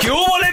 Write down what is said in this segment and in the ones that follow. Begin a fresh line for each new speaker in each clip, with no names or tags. ¿Qué hubo, le,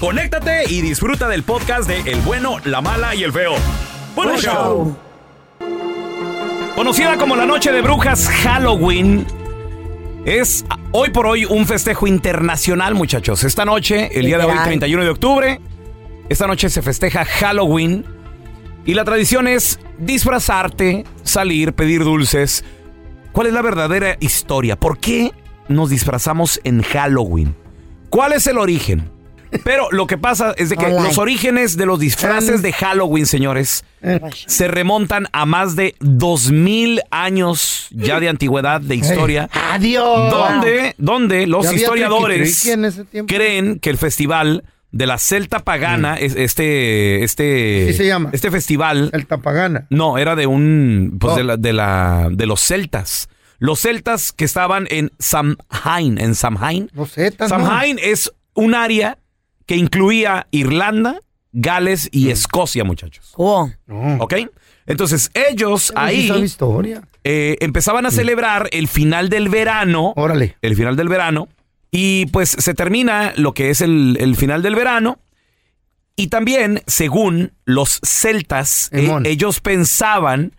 conéctate y disfruta del podcast de El bueno, la mala y el feo. Bueno,
Buen
show. Conocida como la Noche de Brujas Halloween, es ah, hoy por hoy un festejo internacional, muchachos. Esta noche, el día de hoy,
Literal.
31 de octubre, esta noche se festeja Halloween. Y la tradición es disfrazarte, salir, pedir dulces. ¿Cuál es la verdadera historia? ¿Por qué nos disfrazamos en Halloween? ¿Cuál es el origen? Pero lo que pasa es de que
Hola.
los orígenes de los disfraces de Halloween, señores, se remontan a más de 2000 años ya de antigüedad, de historia,
Adiós.
donde, donde los
Ya había
historiadores
triqui-triqui en ese tiempo.
creen que el festival de la celta pagana, es- este, este,
Así se llama.
este festival,
El tapagana.
no, era de un, pues
Oh.
de, la, de la, de los celtas. Los celtas que estaban en Samhain, en Samhain.
No sé, tan-
Samhain es un área que incluía Irlanda, Gales y Escocia, muchachos.
¿Cómo?
Mm. No.
¿Ok? Entonces ellos
Sí sabe
ahí
historia.
eh, empezaban a celebrar el final del verano,
Órale.
el final del verano, y pues se termina lo que es el, el final del verano. Y también, según los celtas, eh,
Simón.
ellos pensaban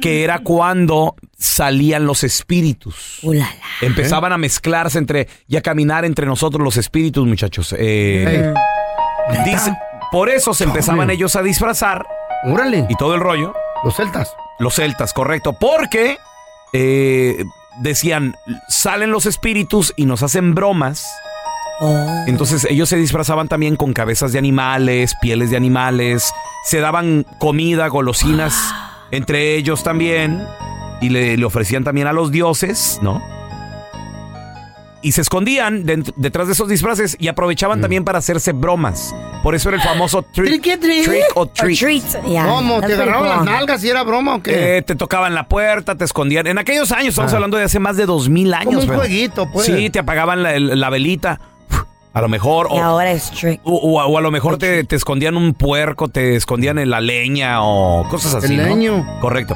que era cuando salían los espíritus.
Ulala.
Empezaban a mezclarse entre y a caminar entre nosotros los espíritus, muchachos. Eh, dice- por eso se empezaban
Chale.
ellos a disfrazar
Ey, órale.
y todo el rollo.
Los celtas.
Los celtas, correcto. Porque eh, decían, salen los espíritus y nos hacen bromas.
Oh.
Entonces ellos se disfrazaban también con cabezas de animales, pieles de animales, se daban comida, golosinas entre ellos también, y le, le ofrecían también a los dioses, ¿no? Y se escondían dent- detrás de esos disfraces y
Mm.
aprovechaban también para hacerse bromas. Por eso era el famoso trick,
Trick or treat.
trick or
A
treat.
treat. Yeah.
¿Cómo? ¿Te
That's pretty
agarraron las
cool.
nalgas si era broma o qué?
Eh, te tocaban la puerta, te escondían. En aquellos años, estamos hablando de hace más de dos mil años.
Ah. Como un
¿verdad?
jueguito, pues.
Sí, te apagaban la, la velita, a lo mejor,
Y
o
ahora es trick.
O, o a- o a lo mejor te, te escondían un puerco, te escondían en la leña o cosas así.
El
¿no?
leño.
Correcto.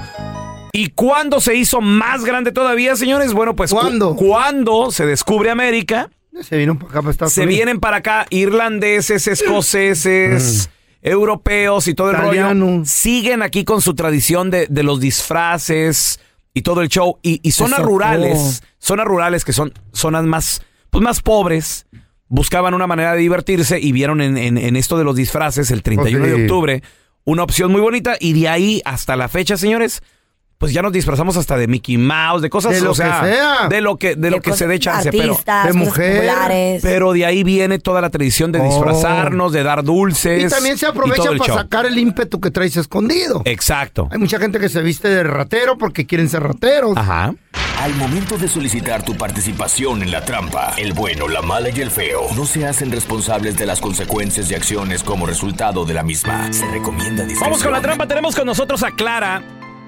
¿Y cuándo se hizo más grande todavía, señores? Bueno, pues cu-
¿Cuándo?
cuando se descubre América,
Se vino para acá, para Estados
se
Unidos.
vienen para acá irlandeses, escoceses, europeos y todo el rollo.
Mm. Italiano.
Siguen aquí con su tradición de, de los disfraces y todo el show. Y, y zonas
Eso,
Oh.
rurales, zonas rurales que son zonas más, pues más pobres, buscaban una manera de divertirse y vieron en, en- en esto de los disfraces el 31
Pues sí.
de octubre una opción muy bonita. Y de ahí hasta la fecha, señores. Pues ya nos disfrazamos hasta de Mickey Mouse, de cosas,
De lo
o
que
sea,
sea.
de lo que de lo que se dé chance, pero
Artistas,
de
cosas
mujer,
populares.
pero de ahí viene toda la tradición de
Oh.
disfrazarnos, de dar dulces.
Y también se
y todo
aprovecha
el
para
show.
sacar el ímpetu que traes escondido.
Exacto.
Hay mucha gente que se viste de ratero porque quieren ser rateros.
Ajá.
Al momento de solicitar tu participación en la trampa, el bueno, la mala y el feo no se hacen responsables de las consecuencias y acciones como resultado de la misma. Se recomienda discreción.
Vamos con la trampa. Tenemos con nosotros a Clara.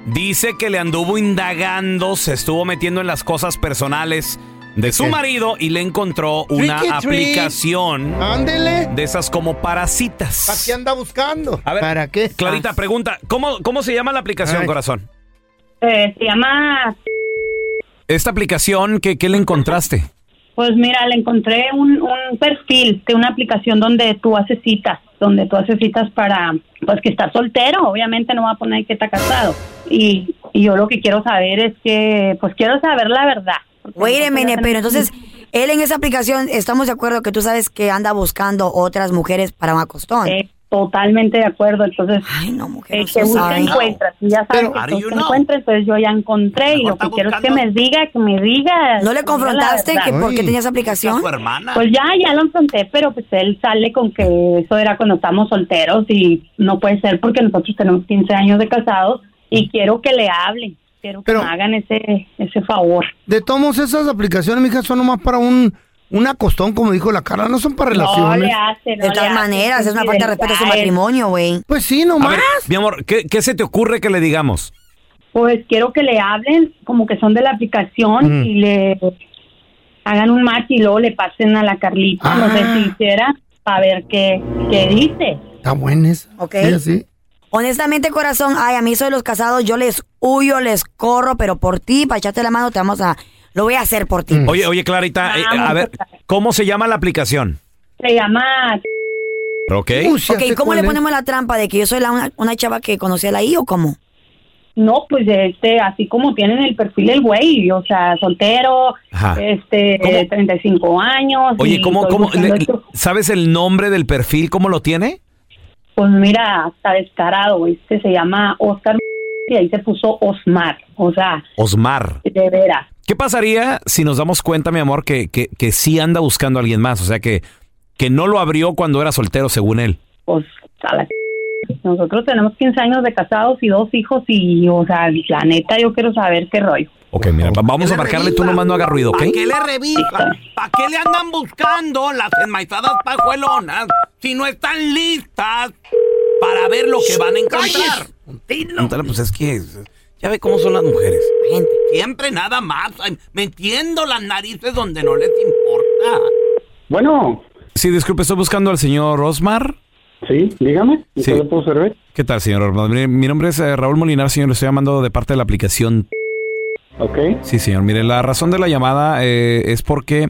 Dice que le anduvo indagando, se estuvo metiendo en las cosas personales de su
¿Qué?
marido y le encontró
Tricky
una
trick.
aplicación
Ándele.
de esas como para citas.
¿Para qué anda buscando?
A ver,
¿Para qué?
Clarita, pregunta, ¿cómo, cómo se llama la aplicación,
Ah. Ay.
corazón?
Eh, se llama,
Esta aplicación, ¿qué, qué le encontraste?
pues mira, le encontré un, un perfil de una aplicación donde tú haces citas, donde tú haces citas para, pues que estás soltero, obviamente no va a poner que está casado. Y, y yo lo que quiero saber es que, pues quiero saber la verdad. Porque
Wait a
no
minute,
quiero
pero
tener-
entonces, él en esa aplicación, estamos de acuerdo que tú sabes que anda buscando otras mujeres para Macostón.
Eh, totalmente de acuerdo, entonces...
Ay, no, mujer,
Eh,
no
que
se
busca
sabe.
encuentra, si ya sabes
Pero,
que
how
tú
do you
te
know?
encuentras, pues yo ya encontré y lo que quiero es que me diga, que me diga.
¿No le
que me diga la
confrontaste
verdad.
que por qué
Ay.
tenías aplicación?
hermana.
Pues ya, ya lo enfrenté, pero pues él sale con que eso era cuando estábamos solteros y no puede ser porque nosotros tenemos 15 años de casados y quiero que le hablen, quiero que
Pero-
me hagan ese ese favor.
De todos esas aplicaciones, mija, son nomás para un, un acostón, como dijo la cara. No son para
No
relaciones.
le hace, no
De
le
todas
hace,
maneras, es una falta de respeto a su
infidelidades.
matrimonio, güey.
Pues sí, nomás.
mi amor, ¿qué, qué se te ocurre que le digamos?
Pues quiero que le hablen como que son de la aplicación
Mm.
y le hagan un match y luego le pasen a la Carlita, no sé
Ah.
si hiciera, para ver qué, qué dice.
Está buena esa.
Ok.
Sí, así.
Honestamente, corazón, ay, a mí soy de los casados, yo les huyo, les corro, pero por ti, para echarte la mano, te vamos a... Lo voy a hacer por
Mm.
ti.
Mm.
Oye, oye, Clarita,
Ah,
eh,
Vamos,
a ver,
total.
¿cómo se llama la aplicación?
Se llama
¿Ok?
Uy, sí,
ok,
hace
¿cómo le
cuál es.
ponemos la trampa de que yo soy la, una, una chava que conocía ahí o cómo?
No, pues este, así como tienen el perfil del güey, o sea, soltero,
Ajá.
este,
¿Cómo?
eh, 35 años.
Oye,
y
¿cómo,
estoy
cómo,
buscando
le-
esto.
¿sabes el nombre del perfil? ¿Cómo lo tiene?
Pues mira, hasta descarado, este se llama Oscar y ahí se puso Osmar, o sea,
Osmar.
de veras.
¿Qué pasaría si nos damos cuenta, mi amor, que, que, que sí anda buscando a alguien más? O sea, que, que no lo abrió cuando era soltero, según él.
Pues a la nosotros tenemos 15 años de casados y dos hijos y, o sea, la neta yo quiero saber qué rollo.
Ok, mira, va- vamos a marcarle, tú nomás no hagas ruido, ¿ok?
le revivan? ¿Para qué le andan buscando las enmaizadas pajuelonas si no están listas para ver lo que van a encontrar?
Pregúntale, pues es que es- ya ve cómo son las mujeres.
Gente.
Siempre nada más, ay, metiendo las narices donde no les importa.
Bueno,
Sí, disculpe, estoy buscando al señor Osmar.
sí, dígame, ¿en
Sí.
qué le puedo servir?
¿Qué tal, señor Osmar? Mire, Mi nombre es eh, Raúl Molinar, señor. Le estoy llamando de parte de la aplicación
Ok,
Sí, señor. Mire, la razón de la llamada eh, es porque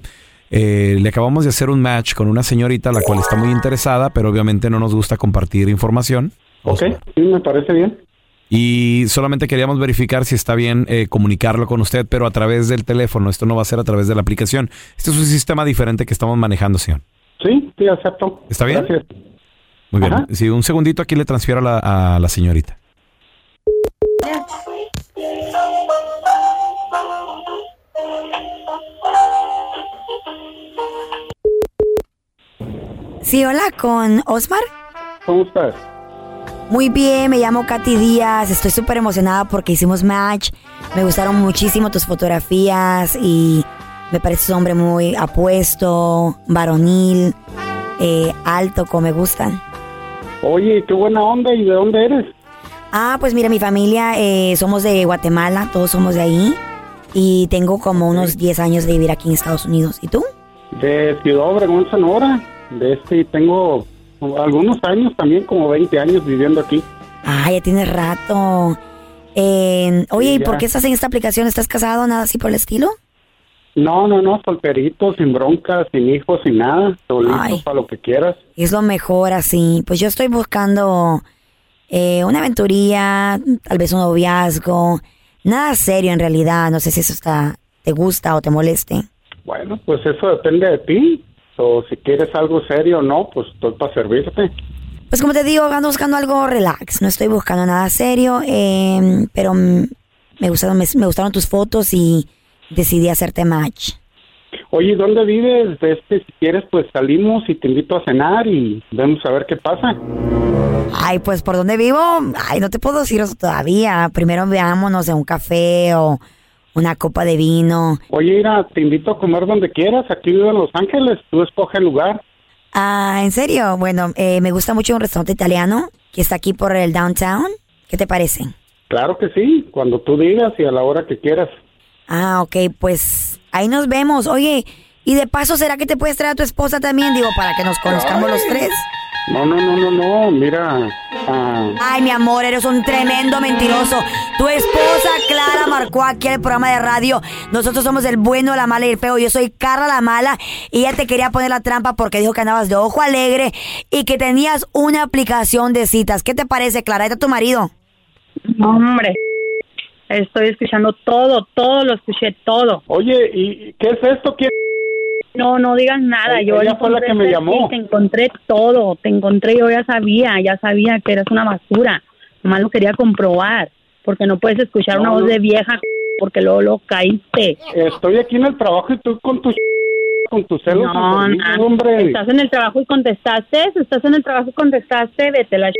eh, le acabamos de hacer un match con una señorita, la cual está muy interesada, pero obviamente no nos gusta compartir información.
ok, sí, me parece bien.
Y solamente queríamos verificar si está bien eh, comunicarlo con usted, pero a través del teléfono. Esto no va a ser a través de la aplicación. Este es un sistema diferente que estamos manejando, señor.
Sí, sí, acepto.
¿Está bien?
Gracias.
Muy bien.
Ajá.
Sí, un segundito aquí le transfiero a la, a la señorita.
Sí, hola, con Osmar.
¿Cómo estás?
Muy bien, me llamo Katy Díaz, estoy súper emocionada porque hicimos match, me gustaron muchísimo tus fotografías y me pareces un hombre muy apuesto, varonil, eh, alto, como me gustan.
Oye, qué buena onda, ¿y de dónde eres?
Ah, pues mira, mi familia eh, somos de Guatemala, todos somos de ahí y tengo como unos 10 años de vivir aquí en Estados Unidos. ¿Y tú?
De Ciudad Obregón, Sonora. De este, tengo algunos años también, como 20 años viviendo aquí.
Ah, ya tienes rato. Eh, oye, ¿y
Ya.
por qué estás en esta aplicación? ¿Estás casado? ¿Nada así por el estilo?
No, no, no, solterito, sin broncas, sin hijos, sin nada. Solito
Ay.
para lo que quieras.
Es lo mejor así. Pues yo estoy buscando eh, una aventuría, tal vez un noviazgo. Nada serio en realidad. No sé si eso está, te gusta o te moleste.
Bueno, pues eso depende de ti. O si quieres algo serio o no, pues estoy para servirte.
Pues como te digo, ando buscando algo relax. No estoy buscando nada serio, eh, pero mm, me gustaron, me, me gustaron tus fotos y decidí hacerte match.
Oye, ¿dónde vives? De Este, si quieres, pues salimos y te invito a cenar y vemos a ver qué pasa.
Ay, pues por dónde vivo, ay, no te puedo decir eso todavía. Primero veámonos en un café o una copa de vino.
Oye, mira, te invito a comer donde quieras. Aquí vivo en Los Ángeles. Tú escoge el lugar.
Ah, ¿en serio? Bueno, eh, me gusta mucho un restaurante italiano que está aquí por el downtown. ¿Qué te parece?
Claro que sí, cuando tú digas y a la hora que quieras.
Ah, ok, pues Ahí nos vemos. Oye, y de paso, ¿será que te puedes traer a tu esposa también? Digo, para que nos conozcamos los tres.
No, no, no, no, no, mira. ah,
Ay, mi amor, eres un tremendo mentiroso. Tu esposa Clara marcó aquí el programa de radio. Nosotros somos el bueno, la mala y el feo. Yo soy Carla la mala y ella te quería poner la trampa porque dijo que andabas de ojo alegre y que tenías una aplicación de citas. ¿Qué te parece, Clara? ¿Está tu marido?
No, hombre. Estoy escuchando todo, todo lo escuché, todo.
oye, ¿y qué es esto? ¿Quién?
No, no digas nada. Yo
Ella fue la
encontré
que me
ese
llamó.
sí, Te encontré todo, te encontré. Yo ya sabía, ya sabía que eras una basura. Nomás lo quería comprobar, porque no puedes escuchar una
No,
voz
no.
de vieja, porque luego lo caíste.
Estoy aquí en el trabajo y tú con tu con tus celos.
No,
encendidos,
no.
hombre.
Estás en el trabajo y contestaste, estás en el trabajo y contestaste, vete la.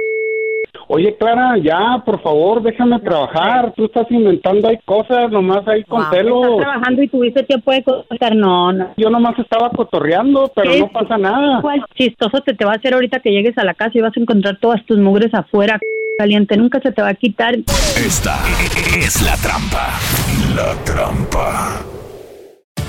Oye, Clara, ya, por favor, déjame trabajar. Tú estás inventando ahí cosas, nomás ahí con
Wow.
Estás
celos.
trabajando y tuviste tiempo de contestar. No, no.
Yo nomás estaba cotorreando, pero
¿Qué?
no pasa nada.
¿Cuál chistoso se te va a hacer ahorita que llegues a la casa y vas a encontrar todas tus mugres afuera, caliente? Nunca se te va a quitar.
Esta es la trampa. La trampa.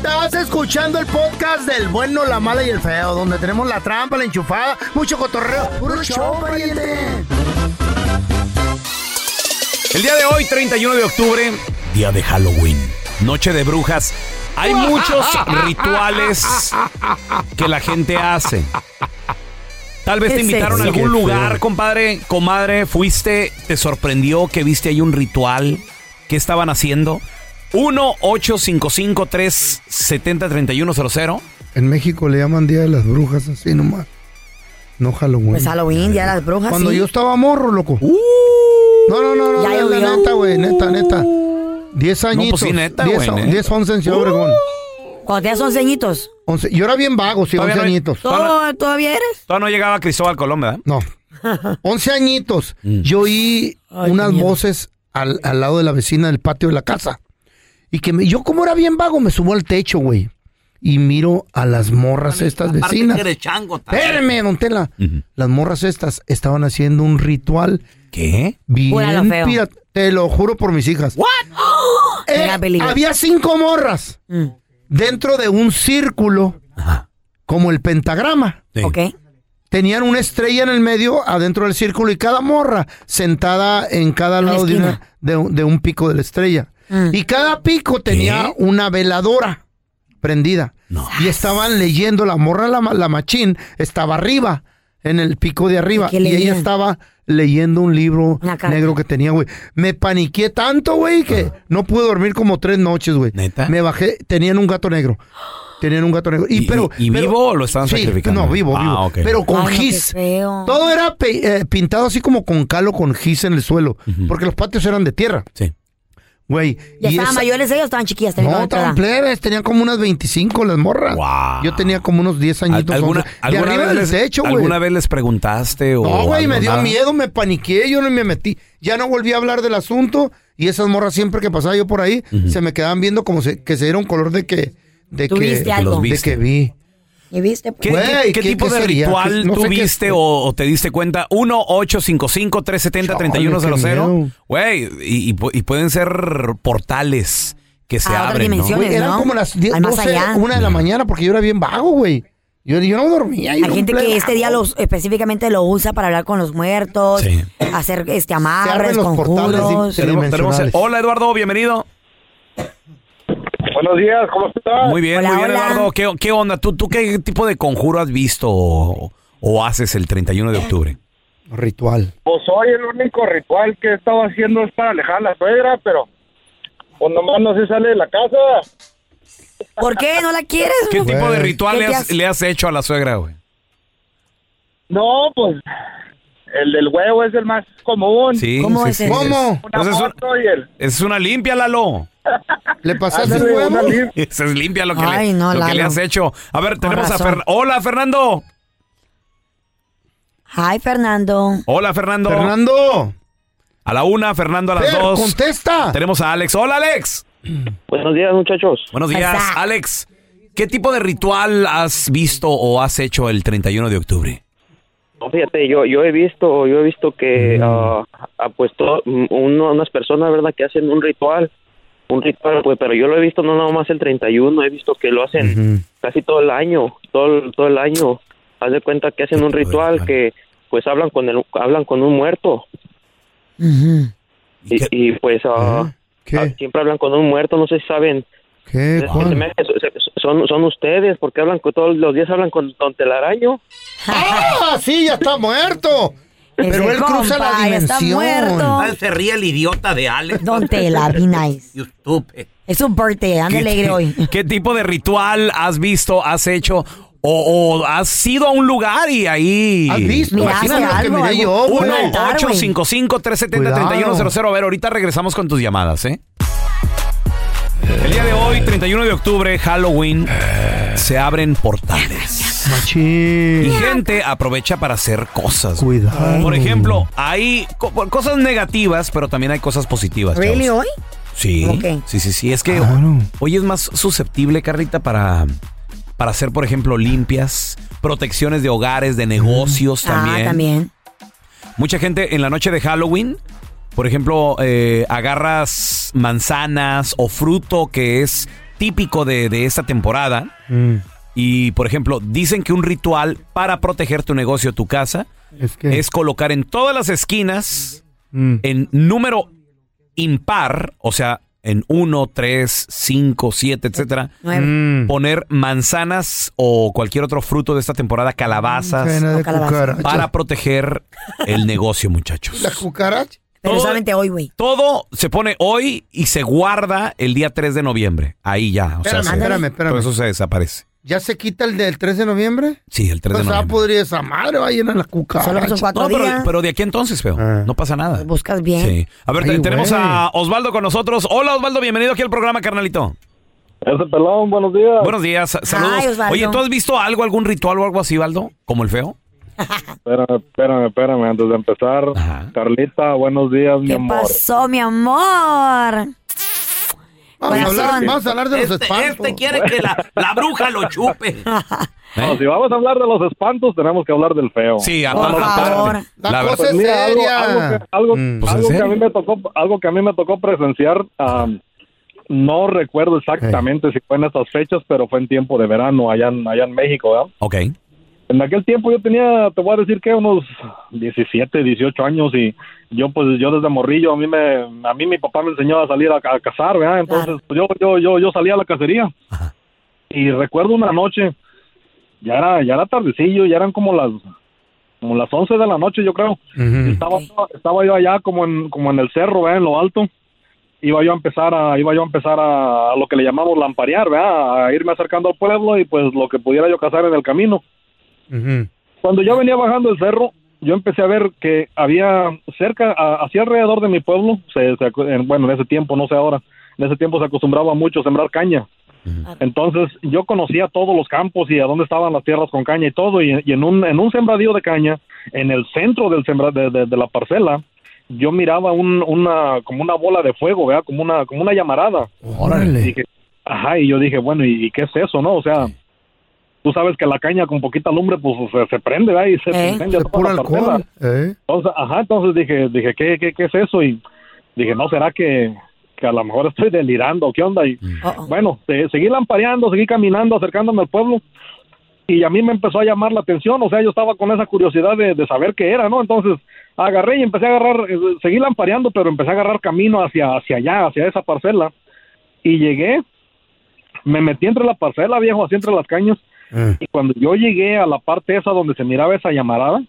Estás escuchando el podcast del bueno, la mala y el feo, donde tenemos la trampa, la enchufada, mucho cotorreo. ¡Puro show, pariente!
El día de hoy, 31 de octubre, día de Halloween, noche de brujas. Hay muchos rituales que la gente hace. Tal vez
Qué
te invitaron a
sexy.
algún
Qué
lugar, compadre, comadre, fuiste, te sorprendió que viste ahí un ritual. ¿Qué estaban haciendo? 1-855-370-3100.
En México le llaman Día de las Brujas, así nomás. No Halloween.
Pues Halloween, ya las brujas.
Cuando
sí. Uh.
yo estaba morro, loco. No, no, no, no,
Ya
no, la
llovió.
neta, güey, neta, neta. Diez añitos.
pues sí, neta,
diez,
güey, neta.
10, 11 en Ciudad Obregón.
Cuando Uh. tenías once añitos.
Once- Yo era bien vago, sí,
Todavía
11
no hay-
añitos.
¿Todo, ¿Todavía eres?
Todavía no llegaba Cristóbal Colón, ¿verdad?
No. 11 añitos.
Mm.
Yo oí
Ay,
unas
qué miedo.
voces al, al lado de la vecina del patio de la casa. Y que me- yo, como era bien vago, me subo al techo, güey. Y miro a las morras estas
Aparte
vecinas.
que eres chango, también.
Espérame, don Tela. Las morras estas estaban haciendo un ritual
¿Qué?
Pura lo
bien
feo.
pirata. Te lo juro por mis hijas. Eh,
Era peligroso.
había cinco morras
Mm,
dentro de un círculo
Ajá.
como el pentagrama.
Sí.
Ok.
Tenían una estrella en el medio adentro del círculo y cada morra sentada en cada
Una
lado de,
esquina.
una- de un- de un pico de la estrella.
Mm.
Y cada pico tenía una veladora prendida.
No.
Y estaban leyendo, la morra, la, ma- la machín, estaba arriba, en el pico de arriba.
¿Y qué
Y ella
leían?
estaba leyendo un libro
Una carta.
negro que tenía, güey. Me paniqué tanto, güey, que no pude dormir como tres noches, güey.
Ah. ¿Neta?
Me bajé, tenían un gato negro. Tenían un gato negro. Y,
¿Y-
pero,
y- y
pero-
vivo o Oh, lo estaban
Sí,
sacrificando?
No, vivo,
Ah,
vivo.
ok.
Pero con
Ay, no, qué
gis.
feo.
Todo era pe- eh, pintado así como con calo, con gis en el suelo. Porque los patios eran de tierra,
Sí.
güey.
¿Ya
Y
estaban
esa-
mayores ellos o estaban chiquillas? Tenían
no,
otra
estaban
edad.
plebes, tenían como unas 25 las morras.
Wow.
Yo tenía como unos 10 añitos.
¿Alguna,
11. de
alguna
arriba
vez
del
les,
techo, güey.
¿Alguna vez les preguntaste o
No, güey,
algo,
me dio
nada?
miedo, me paniqué, yo no me metí. Ya no volví a hablar del asunto y esas morras siempre que pasaba yo por ahí se me quedaban viendo como se- que se dieron color de que de que,
Tuviste
de
algo.
los
que
viste.
vi.
¿Y viste?
¿Qué,
Pues?
Güey,
qué- qué
¿qué-
tipo
qué
de
sería?
ritual
¿Qué- no sé qué-
tuviste o, o te diste cuenta? 1-855-370-3100.
miedo.
Güey, y, y pu- y pueden ser portales que se
A otra
abren, ¿no?
dimensión.
Güey,
Pues,
eran
Ah, ¿no?
como las 10,
Al más
12,
allá.
una de la mañana porque yo era bien vago, güey. Yo, yo no dormía. ah, yo
Hay
era
gente
un
que
plebe
este día
vago.
los, específicamente lo usa para hablar con los muertos,
Sí.
hacer este
Se abren
amarres,
los portales y-
conjuros.
se-
Tenemos- tenemos-
Tridimensionales.
hola, Eduardo, bienvenido.
Buenos días, ¿cómo estás?
Muy bien,
Hola,
muy bien,
hola.
Eduardo. ¿Qué, qué onda? ¿Tú, ¿Tú qué tipo de conjuro has visto o, o haces el 31 de octubre?
Ritual.
Pues hoy el único ritual que he estado haciendo es para alejar a la suegra, pero pues nomás no se sale de la casa.
¿Por qué? ¿No la quieres?
¿Qué
Güey.
tipo de
Güey.
ritual
¿Qué
le
te
has,
hace?
le has hecho a la suegra, güey?
No, pues el del huevo es el más común.
Sí.
¿Cómo es eso?
¿Cómo? Pues
Una
Entonces,
foto y el...
Es una limpia, Lalo.
¿Le pasaste el
Ándale, una
huevo?
lim-
Esa es limpia lo que,
Ay,
le,
no,
lo que le
Lalo.
has hecho. A ver,
Con
tenemos a
razón.
Fernando. Hola, Fernando.
Ay, Fernando.
Hola, Fernando.
Fernando,
A la una, Fernando a las
Fer,
dos.
contesta.
Tenemos a Alex. Hola, Alex.
Buenos días, muchachos.
Buenos días,
Pasa.
Alex. ¿Qué tipo de ritual has visto o has hecho el 31 de octubre?
No, fíjate, yo, yo he visto, yo he visto que ah, ah, pues to- mm, uno- unas personas, ¿verdad?, que hacen un ritual, un ritual, pues, pero yo lo he visto no nada más el 31, he visto que lo hacen casi todo el año, todo, el- todo el año. Haz de cuenta que hacen un
Todo el
ritual
año.
que, pues, hablan con el, hablan con un muerto
Ujú.
¿Y
y,
qué-
y, pues, ah,
Ah, ¿Qué?
ah, siempre hablan con un muerto, no sé si saben.
¿Qué?
Es que se me
¿Cuál?
hace que so- so- son, son ustedes, porque hablan con todos los días hablan con Don Telaraño.
¡Ah, sí, ya está muerto! Pero
Ese
él cruza la
compa ya está
dimensión.
Ay,
muerto.
se ríe el idiota de Alex.
Don Tela, be nice.
You stupid.
Es un birthday, anda alegre hoy.
¿Qué tipo de ritual has visto, has hecho o, o has ido a un lugar y ahí...
¿Has visto?
Mira, hace
Imagínate lo que
algo,
miré
algo.
yo,
Uno,
güey.
altar, güey.
855-370-3100. A ver, ahorita regresamos con tus llamadas, ¿eh?
Eh.
El día de hoy, 31 de octubre, Halloween, se abren portales. Y
Machín.
gente aprovecha para hacer cosas. güey.
Cuidado.
Por ejemplo, hay co- cosas negativas, pero también hay cosas positivas.
¿Really
chavos.
hoy?
Sí,
Ok.
sí, sí, sí. Es que
Claro.
hoy es más susceptible, Carlita, para, para hacer, por ejemplo, limpias, protecciones de hogares, de negocios
Ah, también.
Mucha gente en la noche de Halloween, por ejemplo, eh, agarras manzanas o fruto que es típico de, de esta temporada. Y, por ejemplo, dicen que un ritual para proteger tu negocio, tu casa,
Es que...
es colocar en todas las esquinas,
Mm.
en número impar, o sea, en 1, 3, 5, 7, etcétera,
Nueve.
Mm.
poner manzanas o cualquier otro fruto de esta temporada, calabazas,
Cadena de
o calabaza.
cucaracha.
para proteger el negocio, muchachos.
La cucaracha.
Pero
Todo-
solamente hoy, güey.
Todo se pone hoy y se guarda el día 3 de noviembre. Ahí ya. O sea,
Espérame,
se-
espérame,
Todo
espérame.
eso se desaparece.
¿Ya se quita el del 3 de noviembre?
Sí, el 3
O
de
sea,
noviembre.
podría esa madre, va a llenar la
Solo son
cucaracha.
cuatro
No, pero,
días.
pero de aquí entonces, feo.
Ah.
No pasa nada.
Buscas bien.
Sí. A ver, te-
Ay,
tenemos
güey.
a Osvaldo con nosotros. Hola, Osvaldo, bienvenido aquí al programa, carnalito.
Ese pelón, buenos días.
Buenos días, sa- saludos.
Osvaldo.
Oye, ¿tú has visto algo, algún ritual o algo así, Valdo? ¿Como el feo?
Espérame, espérame, espérame, antes de empezar.
Ajá.
Carlita, buenos días, mi
¿Qué
amor.
pasó, mi amor?
Vamos a, hablar,
Corazón.
vamos a hablar de los
Este,
espantos.
este quiere que la, la bruja lo chupe.
No,
¿Eh?
si vamos a hablar de los espantos, tenemos que hablar del feo.
Sí, a-
Por
a- aparte.
favor.
La
La
cosa
verdad.
Pues
es
mira, algo,
seria.
algo que, algo-
Mm.
Pues, ¿en
algo que a
serio?
mí me tocó, algo que a mí me tocó presenciar, am, no recuerdo exactamente si fue en estas fechas, pero fue en tiempo de verano allá en, allá en México, ¿verdad?
Ok.
En aquel tiempo yo tenía, te voy a decir que unos 17, 18 años y yo pues yo desde morrillo a mí me a mí mi papá me enseñó a salir a, a cazar, ¿verdad? Entonces pues, yo yo yo yo salía a la cacería.
Ajá.
Y recuerdo una noche ya era ya era tardecillo, ya eran como las como las 11 de la noche, yo creo. Estaba estaba yo allá como en como en el cerro, ¿verdad? En lo alto. Iba yo a empezar a iba yo a empezar a, a lo que le llamamos lamparear, ¿verdad? A irme acercando al pueblo y pues lo que pudiera yo cazar en el camino cuando yo venía bajando el cerro, yo empecé a ver que había cerca, a- hacia alrededor de mi pueblo, se, se acu- en- bueno, en ese tiempo, no sé ahora, en ese tiempo se acostumbraba mucho a sembrar caña. Entonces yo conocía todos los campos y a dónde estaban las tierras con caña y todo, y, y en, un, en un sembradío de caña, en el centro del sembra, de, de- de la parcela, yo miraba un- una, como una bola de fuego, ¿verdad? Como una, como una llamarada. Y
Órale.
dije, ajá, y yo dije, bueno, ¿y, y qué es eso, no? O sea, tú sabes que la caña con poquita lumbre, pues se, se prende, ¿verdad? Y se,
Eh.
incendia
Es
toda
puro
la parcela.
alcohol. ¿eh?
Entonces, ajá, entonces dije, dije, ¿qué, qué, qué es eso? Y dije, no, ¿será que, que a lo mejor estoy delirando? ¿Qué onda? Y
Oh, oh.
bueno, se- seguí lampareando, seguí caminando, acercándome al pueblo. Y a mí me empezó a llamar la atención, o sea, yo estaba con esa curiosidad de, de saber qué era, ¿no? Entonces agarré y empecé a agarrar, eh, seguí lampareando, pero empecé a agarrar camino hacia, hacia allá, hacia esa parcela. y llegué, me metí entre la parcela, viejo, así entre las cañas,
Eh,
y cuando yo llegué a la parte esa donde se miraba esa llamarada,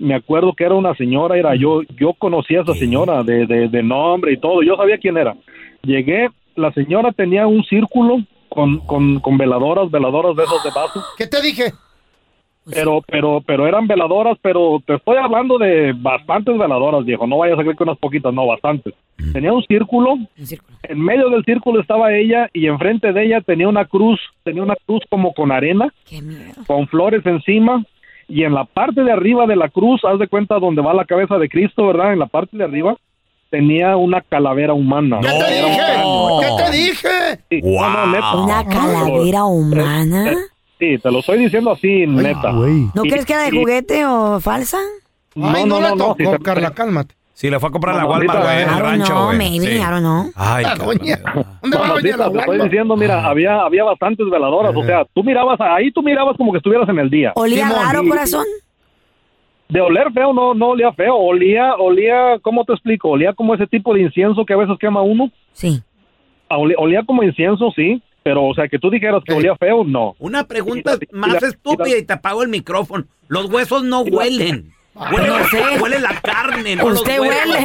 me acuerdo que era una señora, era yo, yo conocía a esa señora de, de, de nombre y todo, yo sabía quién era. Llegué, la señora tenía un círculo con, con, con veladoras, veladoras de esos de vaso.
¿Qué te dije?
Pero, pero, pero eran veladoras, pero te estoy hablando de bastantes veladoras, viejo. No vayas a creer que unas poquitas, no, bastantes. Tenía un círculo, en medio del círculo estaba ella y enfrente de ella tenía una cruz, tenía una cruz como con arena, con flores encima y en la parte de arriba de la cruz, haz de cuenta donde va la cabeza de Cristo, ¿verdad? En la parte de arriba tenía una calavera humana. Era un cráneo, era-
¿Qué te dije?
Sí, no, no, neta.
¿Una calavera humana?
Eh, Sí, te lo estoy diciendo así, neta.
¿No
Y-
crees que era de
y-
juguete o falsa?
Ay, no,
no,
la
no, no,
tocó,
sí, se-
Carla, Ah, cálmate.
Sí, la fue a comprar a la
No,
Walmart,
ahorita-
güey, en el
Claro,
rancho,
no,
güey.
maybe,
Sí.
I don't know.
Ay,
La
qué
doña.
barbaridad.
¿Dónde va doña la
Mamacita, te estoy
Walmart?
diciendo, mira, había, había bastantes veladoras, o sea, tú mirabas, ahí tú mirabas como que estuvieras en el día.
¿Olía
Ah. Simón,
raro,
y-
corazón?
De oler feo, no, no olía feo, olía, olía, ¿cómo te explico? Olía como ese tipo de incienso que a veces quema uno,
Sí.
Ah, olía, olía como incienso, sí, pero, o sea, que tú dijeras que
Ey.
olía feo, no.
Una pregunta
Mira,
más
mira,
estúpida
mira.
y te apago el micrófono. Los huesos no huelen. Huele, huele la carne, no los
Ah, Usted
huesos.
huele.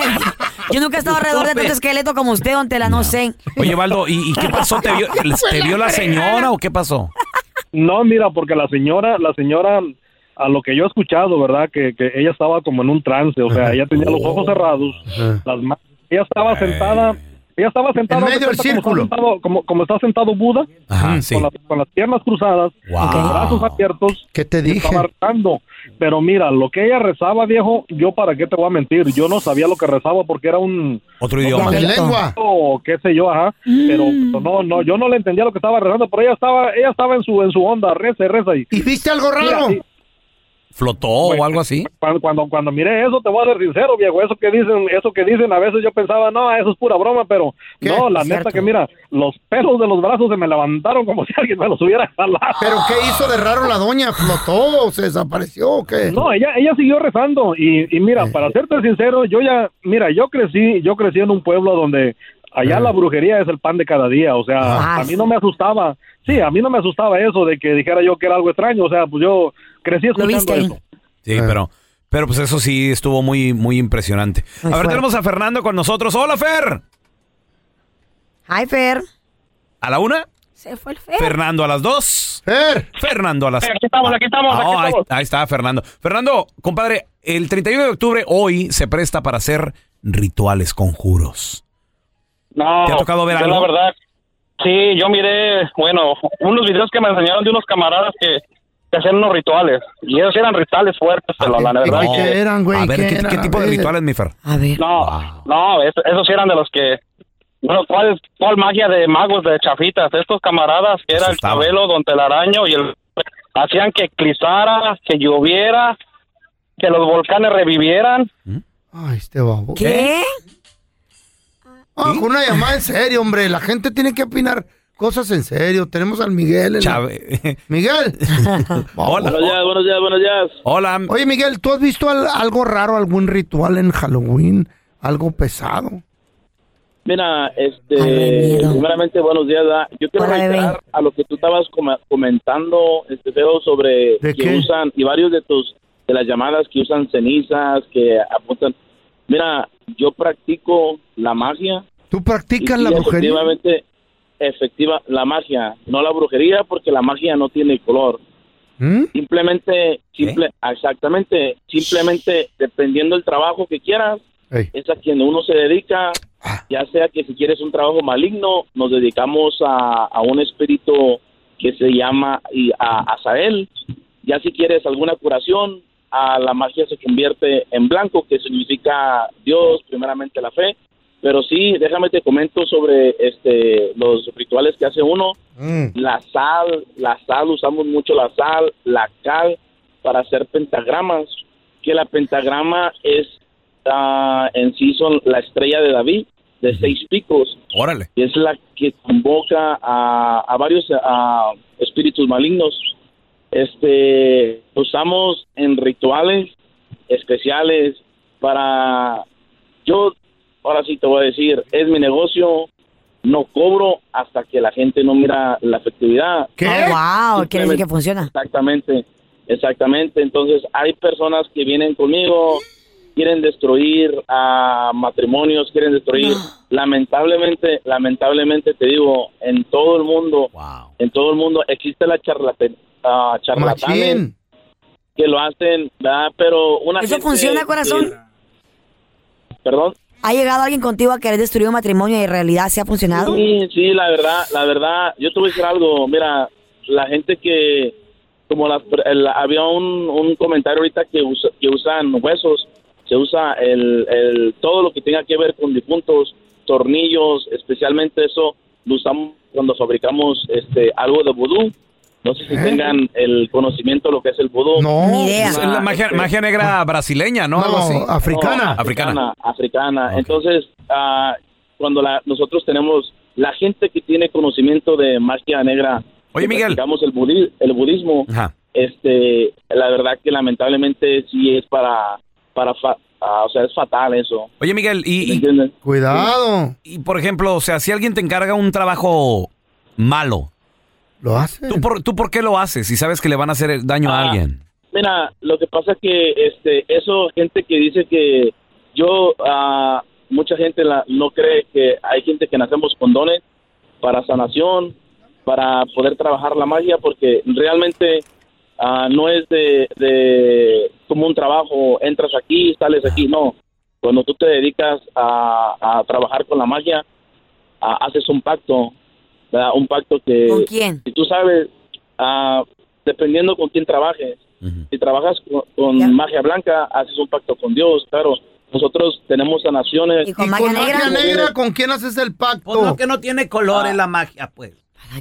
Yo nunca he estado alrededor de tanto
Estúpido.
esqueleto como usted, don Tela, no sé.
Oye, Valdo, ¿y, y qué pasó? ¿Te vio, ¿Te vio la señora o qué pasó?
No, mira, porque la señora, la señora, a lo que yo he escuchado, ¿verdad? Que, que ella estaba como en un trance, o sea, ella tenía los
Oh.
ojos cerrados,
eh.
las ma- ella estaba sentada, ella estaba sentada
En medio del
haz de cuenta, como
círculo.
está sentado- como, como está sentado Buda,
Ajá, sí.
con, las, con las piernas cruzadas,
Wow.
con los brazos abiertos,
¿Qué te
y
dije?
estaba rezando. Pero mira, lo que ella rezaba, viejo, yo para qué te voy a mentir, yo no sabía lo que rezaba porque era un
Otro idioma.
En
Cierto.
lengua. Mm.
o qué sé yo, ajá, pero, pero no, no, yo no le entendía lo que estaba rezando, pero ella estaba, ella estaba en su, en su onda, reza, y reza y
¿Y viste algo
Mira,
raro?
sí,
¿Flotó o
Bueno.
Oh, algo así?
cuando, cuando, cuando miré eso, te voy a ser sincero, viejo, eso que dicen, eso que dicen, a veces yo pensaba, no, eso es pura broma, pero
¿Qué?
no, la
Cierto.
neta que mira, los pelos de los brazos se me levantaron como si alguien me los hubiera jalado.
¿Pero qué hizo de raro la doña? ¿Flotó o se desapareció o qué?
No, ella, ella siguió rezando y, y
Eh,
mira, para serte sincero, yo ya, mira, yo crecí, yo crecí en un pueblo donde
Eh.
allá la brujería es el pan de cada día, o sea,
Ah,
a mí no me asustaba, sí, a mí no me asustaba eso de que dijera yo que era algo extraño, o sea, pues yo crecí
viste
escuchando
ahí?
eso.
Sí, pero, pero pues eso sí estuvo muy, muy impresionante.
Muy
a ver,
fuerte.
tenemos a Fernando con nosotros. ¡Hola, Fer!
Hi, Fer.
¿A la una?
Se fue el Fer.
Fernando a las dos.
Fer,
Fernando a las...
Aquí estamos, aquí estamos,
Ah,
aquí
ahí,
estamos.
ahí está Fernando. Fernando, compadre, el 31 de octubre hoy se presta para hacer rituales, conjuros.
No,
¿Te ha tocado ver
yo
algo?
La verdad, sí, yo miré, bueno, unos videos que me enseñaron de unos camaradas que, que hacían unos rituales. Y ellos eran rituales fuertes, pero la,
Ah, ¿y
verdad.
qué
que-
eran, güey?
A ver,
¿Qué
¿qué,
eran?
qué
A
tipo de
ver.
rituales, Ah. mi Fer?
A ver.
No,
Wow.
no, es- esos sí eran de los que. Bueno, ¿cuál, ¿cuál magia de magos, de chafitas? Estos camaradas que era el
Asustaban.
Chabelo, Don Telaraño y el. Hacían que eclipsara, que lloviera, que los volcanes revivieran.
Ay, este babo.
¿Qué?
Ah, con una llamada en serio, hombre. La gente tiene que opinar cosas en serio. Tenemos al Miguel. en la-
Chave-
Miguel.
Hola.
días, buenos días, buenos días.
Hola.
Oye, Miguel, ¿tú has visto al- algo raro, algún ritual en Halloween? Algo pesado.
Mira,
Ay, me
este,
miedo.
primeramente buenos días. ¿verdad? Yo quiero
Hola,
reiterar
bebé.
a lo que tú estabas coma- comentando, este Feo, sobre
¿De
que
qué?
usan y varios de tus de las llamadas que usan cenizas, que apuntan. Mira, yo practico la magia.
¿Tú
y-
practicas
y
la brujería?
Efectivamente, efectiva la magia, no la brujería, porque la magia no tiene color.
¿Mm?
Simplemente, simple,
¿Eh?
exactamente, simplemente dependiendo del trabajo que quieras
Ey.
es a quien uno se dedica, ya sea que si quieres un trabajo maligno, nos dedicamos a, a un espíritu que se llama y a Azael, ya si quieres alguna curación, a la magia se convierte en blanco, que significa Dios, primeramente la fe, pero sí, déjame te comento sobre este los rituales que hace uno,
Mm.
la sal, la sal, usamos mucho la sal, la cal para hacer pentagramas, que la pentagrama es ah, en sí son la estrella de David de seis picos,
Órale.
y es la que convoca a, a varios a espíritus malignos. Este usamos en rituales especiales para yo ahora sí te voy a decir, es mi negocio,
no cobro hasta que la gente no mira la efectividad.
¿Qué? Oh, wow, quiere decir que funciona.
Exactamente, exactamente. Entonces hay personas que vienen conmigo, quieren destruir a matrimonios, quieren destruir. Lamentablemente, lamentablemente te digo, en todo el mundo, en todo el mundo existe la charlatan, ah, charlatanes
Machín.
que lo hacen, ¿verdad? Pero una
¿Eso
gente-
funciona, corazón?
Perdón.
¿Ha llegado alguien contigo a querer destruir un matrimonio y en realidad se ha funcionado?
Sí, sí, la verdad, la verdad, yo te voy a decir algo, mira, la gente que, como las per- el- había un, un comentario ahorita que, usa- que usan huesos, se usa el, el- todo lo que tenga que ver con difuntos, tornillos, especialmente eso lo usamos cuando fabricamos este algo de vudú. No sé si tengan el conocimiento de lo que es el vudú. Ah, este, No,
Es la magia,
Este,
magia negra brasileña, ¿no? Algo así.
no,
Africana.
africana. africana. Entonces, ah, cuando la- nosotros tenemos la gente que tiene conocimiento de magia negra,
Oye,
que
Miguel.
practicamos el, budi- el budismo,
Ajá.
este, la verdad que lamentablemente sí es para, para, fa- ah, o sea, es fatal eso.
Oye, Miguel, y... y-
Cuidado.
Y, por ejemplo, o sea, si alguien te encarga un trabajo malo...
¿Lo hace?
¿Tú por, ¿Tú por qué lo haces si sabes que le van a hacer daño
Ah,
a alguien?
Mira, lo que pasa es que este, eso, gente que dice que yo, ah, mucha gente la- no cree que hay gente que nacemos con dones para sanación, para poder trabajar la magia, porque realmente ah, no es de, de como un trabajo, entras aquí, sales aquí, no. Cuando tú te dedicas a, a trabajar con la magia, ah, haces un pacto, ¿verdad? un pacto que...
¿Con quién?
Si tú sabes, ah, dependiendo con quién trabajes, si trabajas con, con magia blanca, haces un pacto con Dios, claro. Nosotros tenemos sanaciones.
¿Y con magia negra con quién haces el pacto?
que Pues no tiene colores la magia, pues.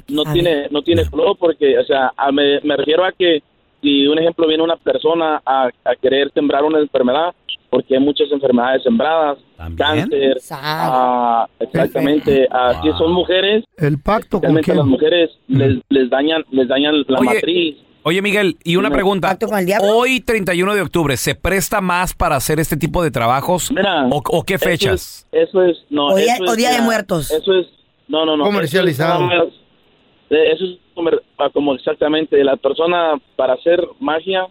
no tiene no tiene color porque o sea a me, me refiero a que si un ejemplo viene una persona a, a querer sembrar una enfermedad porque hay muchas enfermedades sembradas cáncer ah, exactamente así son mujeres
El pacto con
realmente
quién.
las mujeres les, les dañan les dañan la
Oye,
matriz
Oye, Miguel, y una
Dime.
pregunta. Hoy, 31 de octubre, ¿se presta más para hacer este tipo de trabajos? ¿O, o
Eso este
qué
es-
fechas?
Eso es, no.
O día-
eso es
o Día de
ya-
Muertos.
Eso es, no, no, no.
Comercializado.
Eso es, nada más- eh, eso es comer- ah, como exactamente, la persona para hacer magia,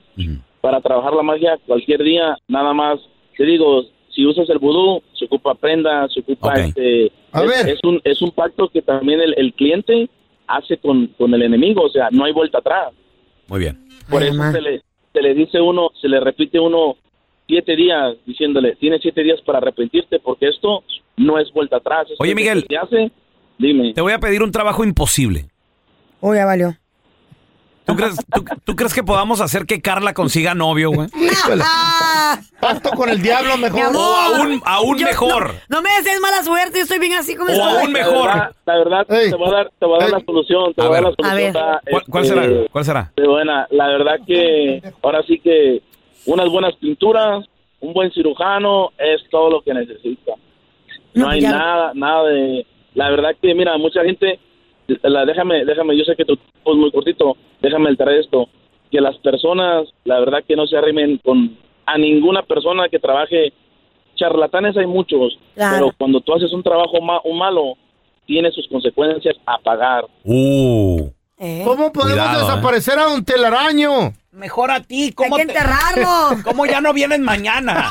para trabajar la magia cualquier día, nada más, te digo, si usas el vudú, se ocupa prenda, se ocupa este...
A
es,
ver.
es un, es un pacto que también el, el cliente hace con, con el enemigo, o sea, no hay vuelta atrás.
Muy bien.
Por eso se le, se le dice uno, se le repite uno siete días diciéndole, tienes siete días para arrepentirte porque esto no es vuelta atrás. Esto
Oye,
es lo
Miguel.
que se hace, dime.
Te voy a pedir un trabajo imposible.
Oh, ya valió.
¿Tú crees, tú- tú crees que podamos hacer que Carla consiga novio, güey?
Pacto con el diablo
Mi
mejor.
amor.
O aún, aún
Yo-
mejor.
No me desees mala suerte, yo estoy bien así como
O
estoy.
aún mejor.
La verdad, la verdad, te voy a dar, te voy a dar la solución, te
A
voy a dar
ver.
la solución.
A ver.
Ah,
¿Cuál, cuál
este,
será? ¿Cuál será?
Pero bueno, la verdad que ahora sí que unas buenas pinturas, un buen cirujano es todo lo que necesita. No
pues
pues hay
ya-
nada, nada de... La verdad que, mira, mucha gente... la- déjame, déjame, yo sé que tu tiempo es muy cortito, déjame el esto. Que las personas, la verdad que no se arrimen con... A ninguna persona que trabaje... Charlatanes hay muchos,
Claro.
pero cuando tú haces un trabajo ma- un malo, tiene sus consecuencias a pagar.
Ah.
Uh.
¿Cómo podemos
Cuidado,
desaparecer a un telaraño?
Mejor a ti. ¿cómo
Hay que
te-
enterrarlo.
¿Cómo ya no vienes mañana?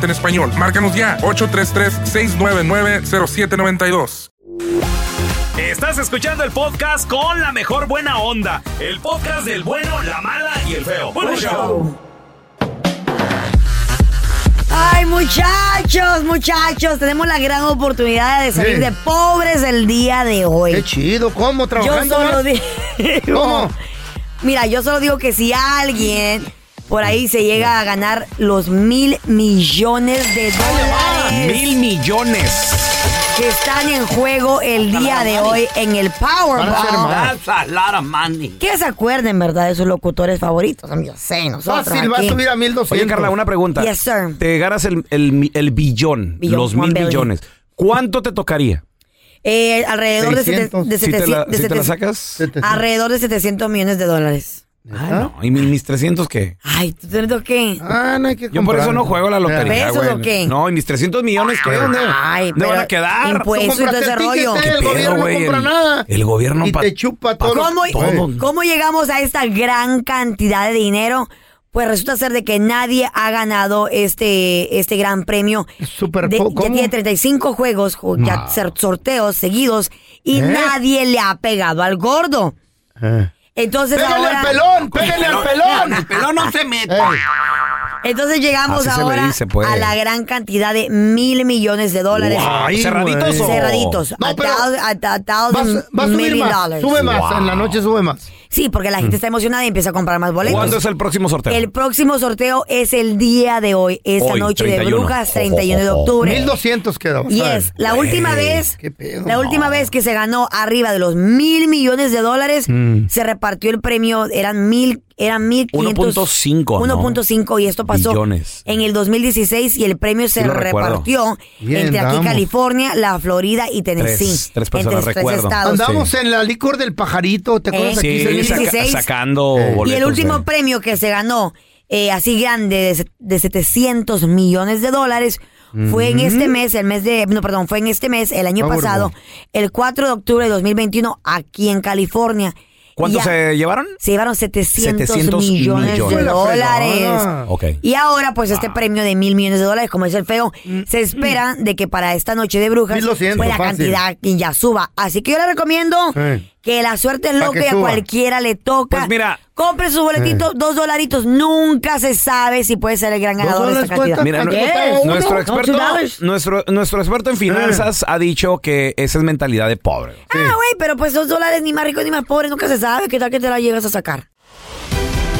en español. Márcanos ya, 833-699-0792.
Estás escuchando el podcast con la mejor buena onda. El podcast del bueno, la mala y el feo. Bueno, show.
Ay, muchachos, muchachos, tenemos la gran oportunidad de salir
Sí.
de pobres el día de hoy.
Qué chido, ¿cómo
Yo
trabajando?
solo
más?
digo.
¿Cómo?
Mira, yo solo digo que si alguien por ahí se llega a ganar los mil millones de dólares
Mil millones.
que están en juego el día de hoy en el Powerball.
That's a lot of money.
Que se acuerden, ¿verdad? De sus locutores favoritos. Yo sé, nosotros. aquí.
Oye, Carla, una pregunta.
Yes, sir.
Te ganas el, el, mi- el billón,
Billón,
los
one
mil
billion.
millones. ¿Cuánto te tocaría?
Eh, alrededor de, sete-
600.
de
Si te
seteci-
la-
de
si te la
seteci-
sacas.
Alrededor de 700 millones de dólares.
Ay, no. ¿Y mis, mis 300 qué?
Ay, ¿tú tienes lo qué?
Ah, no hay que
Yo por eso no juego a la lotería.
¿Pesos
güey.
o qué?
No, ¿y mis 300 millones qué? ¿Dónde,
Ay,
dónde
pero
van a quedar?
impuestos y
Tú
todo ese
compraste
rollo.
ticket,
¿Qué
el
pedo,
gobierno no
güey?
compra
El-
nada. el gobierno
Y
pa-
te chupa todo.
¿Cómo,
todo.
cómo llegamos a esta gran cantidad de dinero? Pues resulta ser de que nadie ha ganado este, este gran premio. De- ya tiene 35 juegos, ju- ya
Wow.
ser- sorteos seguidos y
¿Eh?
nadie le ha pegado al gordo.
Eh.
Entonces
¡Pégale
ahora...
al pelón! ¡Pégale al pelón! Eh.
El
pelón no se mete.
Entonces llegamos
Así se le
ahora
dice, pues.
a la gran cantidad de mil millones de dólares.
Guay, ¿cerraditos güey. o-
Cerraditos.
No,
a
pero
thou- a thou- thousand
Va a subir
million
más.
dollars.
Sube más, en la noche sube más.
Sí, porque la gente está emocionada y empieza a comprar más boletos.
¿Cuándo es el próximo sorteo?
El próximo sorteo es el día de hoy, esta
Hoy,
noche de
31.
brujas, 31 de
Ojo, ojo,
octubre.
1200 quedó.
Y
¿sabes?
es la última
Güey,
vez,
qué pedo.
la última vez que se ganó arriba de los mil millones de dólares,
Mm.
se repartió el premio, eran mil, eran mil
1.5, ¿no?
1.5 y esto pasó
Billones.
en el 2016 y el premio se
Sí lo recuerdo.
repartió
Bien,
entre aquí
vamos.
California, la Florida y Tennessee.
Tres- tres personas,
entre tres
recuerdo.
estados.
Andamos en la licor del pajarito, ¿te acuerdas?
Sí,
aquí se hizo?
saca-
16.
sacando boletos.
Y el último
de-
premio que se ganó, eh, así grande, de, se- de 700 millones de dólares, fue en
Ujú.
este
Mm.
mes, el mes de, no, perdón, fue en este mes, el
Ah,
año
Powerball.
pasado, el 4 de octubre de 2021, aquí en California.
¿Cuánto
Y ya-
se llevaron?
Se llevaron 700,
700
millones, de
millones.
dólares.
Ok.
Y ahora, pues, este premio de mil millones de dólares, como es el feo,
Mm,
se espera de que para esta noche de brujas,
1200,
pues la
fácil.
cantidad que ya suba. Así que yo le recomiendo
Sí.
que la suerte es
Pa'
loca
que
y a
suba.
cualquiera le toca.
Pues mira. Eh.
Compre su boletito, dos dolaritos. Nunca se sabe si puede ser el gran ganador de esta cantidad.
Mira, nu-
¿Qué?
nuestro
¿Uno? ¿Two
experto,
dollars?
nuestro, nuestro experto en finanzas ha dicho que esa es mentalidad de pobre.
Ah, güey, pero pues dos dólares ni más rico ni más pobre, nunca se sabe. ¿Qué tal que te la llegas a sacar?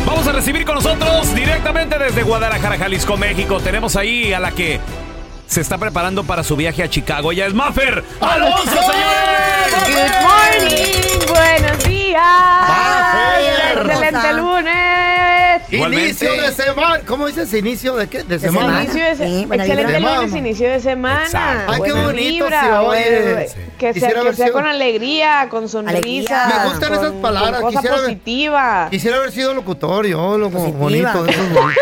Vamos a recibir con nosotros directamente desde Guadalajara, Jalisco, México. Tenemos ahí a la que se está preparando para su viaje a Chicago. Ella es Maffer Alonso, señores.
morning, buenos días. excelente lunes.
Inicio de semana. ¿Cómo dices? Inicio de qué? De semana.
Inicio de se- excelente lunes, inicio de semana.
Exacto. Ay, qué
Buena
bonito
vibra,
se oye.
buen-
Sí.
eh, Que sea,
Quisiera
que
haber
sea
sido-
con alegría, con sonrisa.
Me gustan
con-
esas palabras.
Con cosa
Quisiera haber-
positiva.
Quisiera haber sido locutor, yo, loco, bonito. de esos bonitos.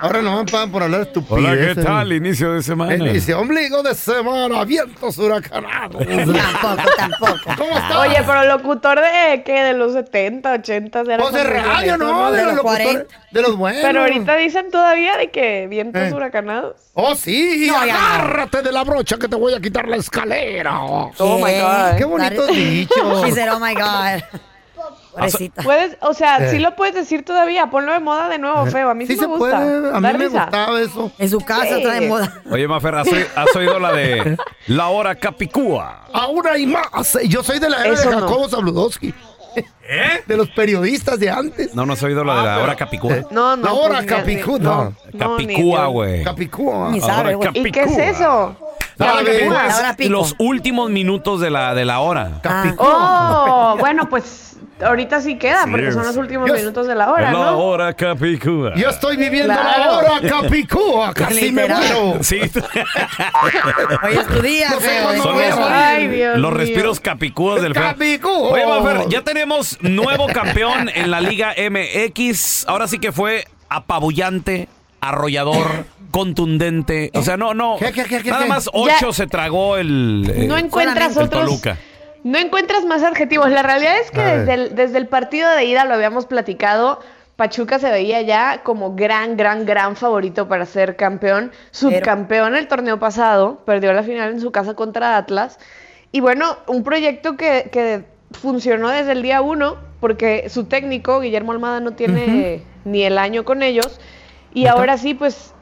Ahora no me pagan por hablar estupidez.
Hola, ¿qué tal? Inicio de semana.
Inicio, ombligo de semana, vientos huracanados.
Oye, pero locutor de qué? De los 70, 80 era
Pues de
cuando
radio,
eso,
¿no? De, los locutores,
40.
de los buenos.
Pero ahorita dicen todavía de que vientos
Eh.
huracanados.
Oh, sí,
No, ya no.
agárrate de la brocha que te voy a quitar la escalera.
Oh, my God.
Qué bonitos dichos.
She said, oh my God. Pobrecita.
Ah, Puedes, o sea,
Eh.
sí lo puedes decir todavía, ponlo de moda de nuevo,
Eh.
feo. A mí sí,
se
me gusta.
puede, a
Da
mí me
risa.
gustaba eso.
En su casa está de moda.
Oye, Maffer, ¿has, oí- has oído la de La Hora Capicúa?
Aún hay más. Yo soy de la era
Eso
de
no.
Jacobo Zabludowski.
¿Eh?
De los periodistas de antes.
No, no has oído la de La Hora Capicúa.
No, no.
La hora
pues, ni-
Capicúa,
ni-
no.
Capicúa, güey.
Capicúa.
Ni
La
sabe,
Hora
güey. ¿Y qué es
Capicúa.
eso?
La hora
Capicúa.
capicúa
La hora
es
pico.
los últimos minutos de la, de la hora.
Oh, bueno, pues ahorita sí queda, porque son los últimos minutos de la hora,
Es la
¿no?
hora capicúa.
Yo estoy viviendo la hora capicúa,
casi me muero.
Sí.
Hoy es tu día, No sé feo, cuándo
Son
voy a
los,
morir. Ay, Dios
los
mío.
respiros capicúas del feo.
Capicúos.
Oye, Mafer, ya tenemos nuevo campeón en la Liga MX. Ahora sí que fue apabullante, arrollador, contundente. O sea, no, no.
qué,
Nada
qué?
más ocho
Ya-
se tragó el. eh,
No encuentras
el
otros-
Toluca.
No encuentras más adjetivos. La realidad es que
A ver.
desde el, desde el partido de ida lo habíamos platicado. Pachuca se veía ya como gran, gran, gran favorito para ser campeón. Subcampeón el torneo pasado, perdió la final en su casa contra Atlas. Y bueno, un proyecto que, que funcionó desde el día uno, porque su técnico, Guillermo Almada, no tiene ni el año con ellos. Y
Ujú.
ahora sí, pues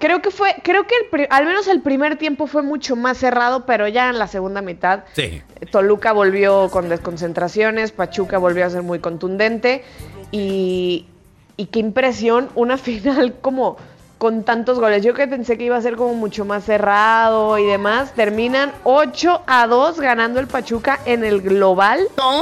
creo que fue, creo que el pri- al menos el primer tiempo fue mucho más cerrado, pero ya en la segunda mitad
Sí.
Toluca volvió con desconcentraciones, Pachuca volvió a ser muy contundente y, y qué impresión una final como con tantos goles. Yo que pensé que iba a ser como mucho más cerrado y demás, terminan 8 a 2 ganando el Pachuca en el global.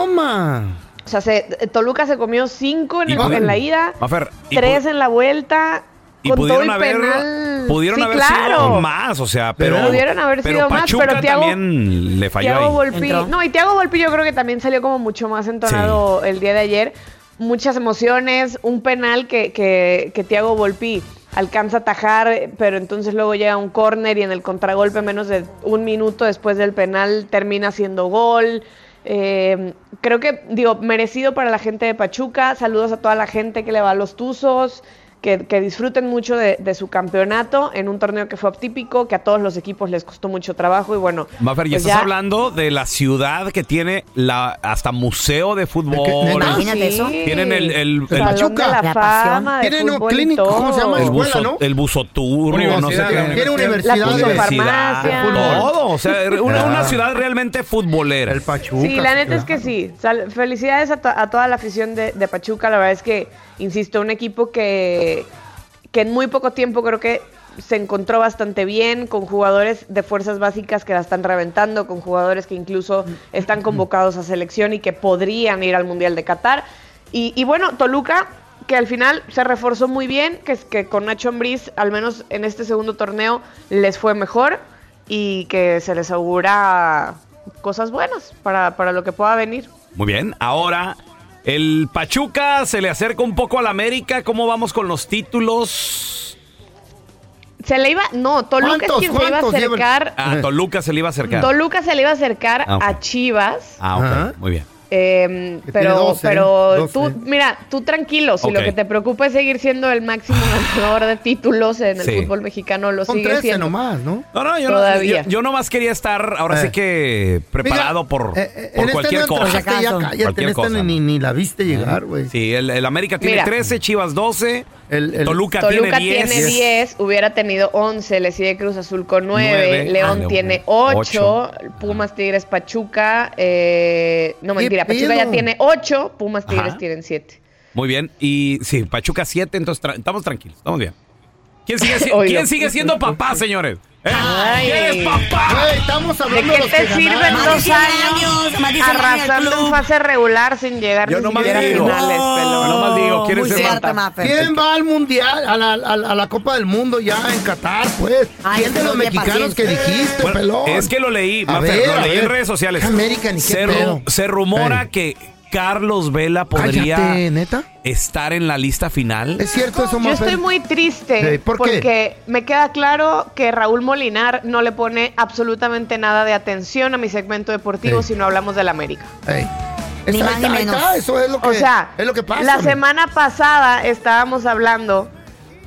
¡Toma!
O sea, se- Toluca se comió 5 en,
Y
el-
pudi-
en la ida,
Mafer, y pues, pu-
3 en la vuelta.
Y
con todo
pudieron
el
haber,
penal.
pudieron
Sí,
haber
claro.
sido más, o sea, pero.
Pudieron haber
pero
sido más,
Pachuca
pero Thiago-
también le falló
Thiago
ahí.
Volpi, no, y Thiago Volpi yo creo que también salió como mucho más entonado el día de ayer. Muchas emociones, un penal que, que, que Thiago Volpi alcanza a tajar, eh, pero entonces luego llega un córner y en el contragolpe menos de un minuto después del penal termina siendo gol. Eh, creo que, digo, merecido para la gente de Pachuca. Saludos a toda la gente que le va a los Tuzos, que, que disfruten mucho de, de su campeonato en un torneo que fue atípico, que a todos los equipos les costó mucho trabajo y bueno.
Mafer, ya
pues
estás
ya-
hablando de la ciudad que tiene la hasta museo de fútbol.
Imagínate eso.
Tienen el, el, el-
Ah, Salón de la, fama, de
Tienen un
fútbol y
clínico, ¿cómo
todo.
se llama?
el
escuela,
buzo,
¿no?
el buzotur, no sé
Universidad,
qué.
tiene universidad. La
Universidad,
farmacia.
todo, o sea, era una,
Ah.
una ciudad realmente futbolera. El Pachuca.
Sí, la neta es que sí. Sal- felicidades a, to- a toda la afición de, de Pachuca. La verdad es que, insisto, un equipo que, que en muy poco tiempo creo que se encontró bastante bien, con jugadores de fuerzas básicas que la están reventando, con jugadores que incluso están convocados a selección y que podrían ir al Mundial de Qatar. Y, y bueno, Toluca, que al final se reforzó muy bien, que, es- que con Nacho Ambriz, al menos en este segundo torneo, les fue mejor y que se les augura cosas buenas para, para lo que pueda venir.
Muy bien, ahora el Pachuca se le acerca un poco al América. ¿Cómo vamos con los títulos?
Se le iba, no, Toluca es
¿Cuántos,
quien se iba a
cuántos llevan?
acercar,
Eh.
A Toluca se le iba a acercar.
Toluca se le iba a acercar
Ah, ok.
a Chivas.
Ah, ok,
Ajá.
muy bien.
Eh,
Que
pero
tiene 12,
pero
¿eh? 12.
tú, mira, tú tranquilo, si
Ok.
lo que te preocupa es seguir siendo el máximo ganador de títulos en el
Sí.
fútbol mexicano, lo
Son
sigue
13
siendo.
nomás, ¿no?
No, no, yo, no-
Todavía.
yo- yo nomás quería estar ahora
Eh.
sí que preparado por, por
en
cualquier
este no
cosa.
entraste, ya cállate,
Cualquier
en este esta
cosa, ¿Eh? ¿no?
ni, ni la viste llegar, güey.
Sí, el, el América tiene
Mira.
13, Chivas 12, Toluca,
Toluca
tiene 10.
tiene 10, hubiera tenido 11, le sigue Cruz Azul con 9,
Nueve. Ah,
León
León.
tiene
Ocho.
8, Pumas, Tigres, Pachuca, eh, no
¿Qué
mentira, Pachuca ya
pedo?
tiene 8, Pumas,
Ajá.
Tigres tienen 7.
Muy bien, y sí, Pachuca 7, entonces tra- estamos tranquilos, estamos bien. ¿Quién sigue, si-
Oilo.
¿quién sigue siendo papá, señores? ¿Eh? ¿Quién es papá?
Güey, estamos
¿De
Ah, hablando
qué
los
te
que
sirven
ganaron.
dos años,
más de cien años en el
arrasando en
club?
fase regular sin llegar
Yo
ni
nomás
siquiera a
digo.
finales, pelón?
Yo nomás digo, ¿quién es el papá?
¿Quién va al mundial, a la, a la- a la Copa del Mundo ya en Qatar, pues? ¿Quién de los mexicanos que dijiste,
Bueno,
pelón?
Es que lo leí,
A
Mafer,
ver,
lo
a
leí en
ver.
redes sociales.
América, ni qué
se,
pedo.
se rumora que Carlos Vela podría
Cállate, ¿neta?
estar en la lista final.
Es cierto eso,
Yo
Mafer?
estoy muy triste
Sí, ¿por qué?
porque me queda claro que Raúl Molinar no le pone absolutamente nada de atención a mi segmento deportivo
Sí.
si no hablamos del América.
Ey. Está-
más ni
ahí
menos.
está, eso es lo que,
o sea,
es lo que pasa.
la
mi-
semana pasada estábamos hablando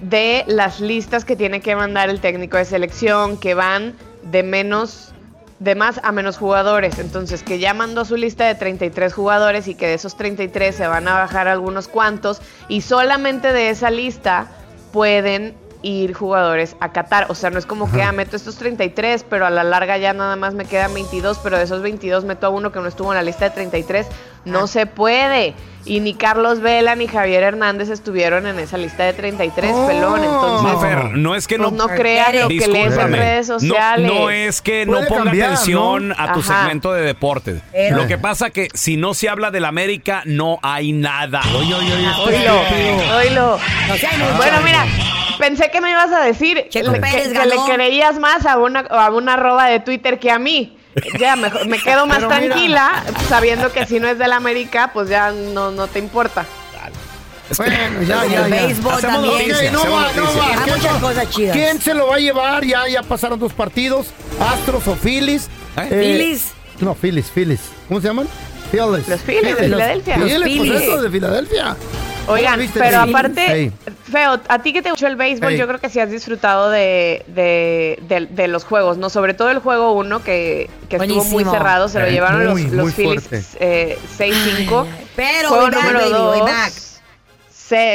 de las listas que tiene que mandar el técnico de selección que van de menos de más a menos jugadores, entonces que ya mandó su lista de 33 jugadores y que de esos 33 se van a bajar algunos cuantos y solamente de esa lista pueden ir jugadores a Qatar. O sea, no es como que,
Ajá.
ah, meto estos 33, pero a la larga ya nada más me quedan 22, pero de esos 22 meto a uno que no estuvo en la lista de 33. No se puede. Y ni Carlos Vela ni Javier Hernández estuvieron en esa lista de 33, pelón. Entonces,
Mafer, no es que no,
Pues no creas lo que lees en
Discúlpame.
redes
No-
sociales.
No, es que no
Puede
ponga
cambiar,
atención
¿no?
a tu
Ajá.
segmento de deportes.
Eh.
Lo que pasa que si no se habla del América, no hay nada.
Oilo, oilo. Bueno, mira, pensé que me ibas a decir le- que,
Pérez
que
ganó.
le creías más a una, a una arroba de Twitter que a mí. Ya, me, me quedo más
Pero mira.
tranquila sabiendo que si no es del América, pues ya no, no te importa.
Bueno, ya, ya,
El
ya.
béisbol
Hacemos
también.
noticias, Ok, no
hacemos
va, no
noticias.
va.
Hay
¿Quién
muchas
se-
cosas chidas.
¿Quién se lo va a llevar? Ya, ya pasaron dos partidos. Astros o Phillies.
¿Eh?
¿Eh?
Eh,
¿Phillies?
No, Phillies, Phillies. ¿cómo se llaman? Phillies.
Los Phillies de Filadelfia.
Los
Los
Phillies, pues,
Phillies.
esos de Filadelfia.
Oigan,
¿Viste?
pero
Sí.
aparte,
Ey.
Feo, a ti que te gustó el béisbol,
Ey.
yo creo que sí has disfrutado de, de- de- de los juegos, ¿no? Sobre todo el juego uno que, que estuvo muy
Buenísimo.
cerrado, se lo
Ey,
llevaron
muy,
los, los
muy fuerte.
Phillies eh, 6-5.
Pero
juego
voy back,
número
baby, voy
2.
back.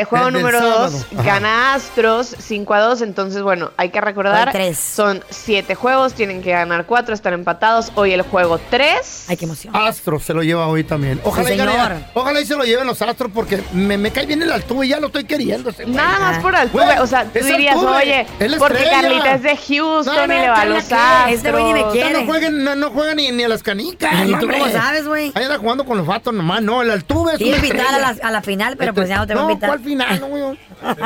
juego
El del
número
sábado.
2,
Ajá.
gana Astros 5 a 2, entonces bueno, hay que recordar,
Hoy tres.
son 7 juegos, tienen que ganar 4, están empatados, hoy el juego 3.
Ay, qué emoción.
Astros se lo lleva hoy también. Ojalá,
Sí,
y, gane-
señor.
ojalá y se lo lleven los Astros porque me, me cae bien el Altuve y ya lo estoy queriendo. ese güey.
Nada más por
Güey,
Altuve, o sea, tú
es
dirías,
Altuve,
oye,
es la
porque
estrella.
Carlita es de Houston
No, no,
y le va a
Carla,
los
¿qué?
Astros.
Este güey ni me quiere. No juegan, no, no juegan ni, ni a las canicas.
Ay, ¿tú
hombre.
cómo sabes, güey?
Ahí anda jugando con los vatos nomás. No, el Altuve es
Te iba
una
a invitar a
estrella.
la, a la final, pero pues ya no te voy a
No,
invitar.
¿cuál final? No, güey.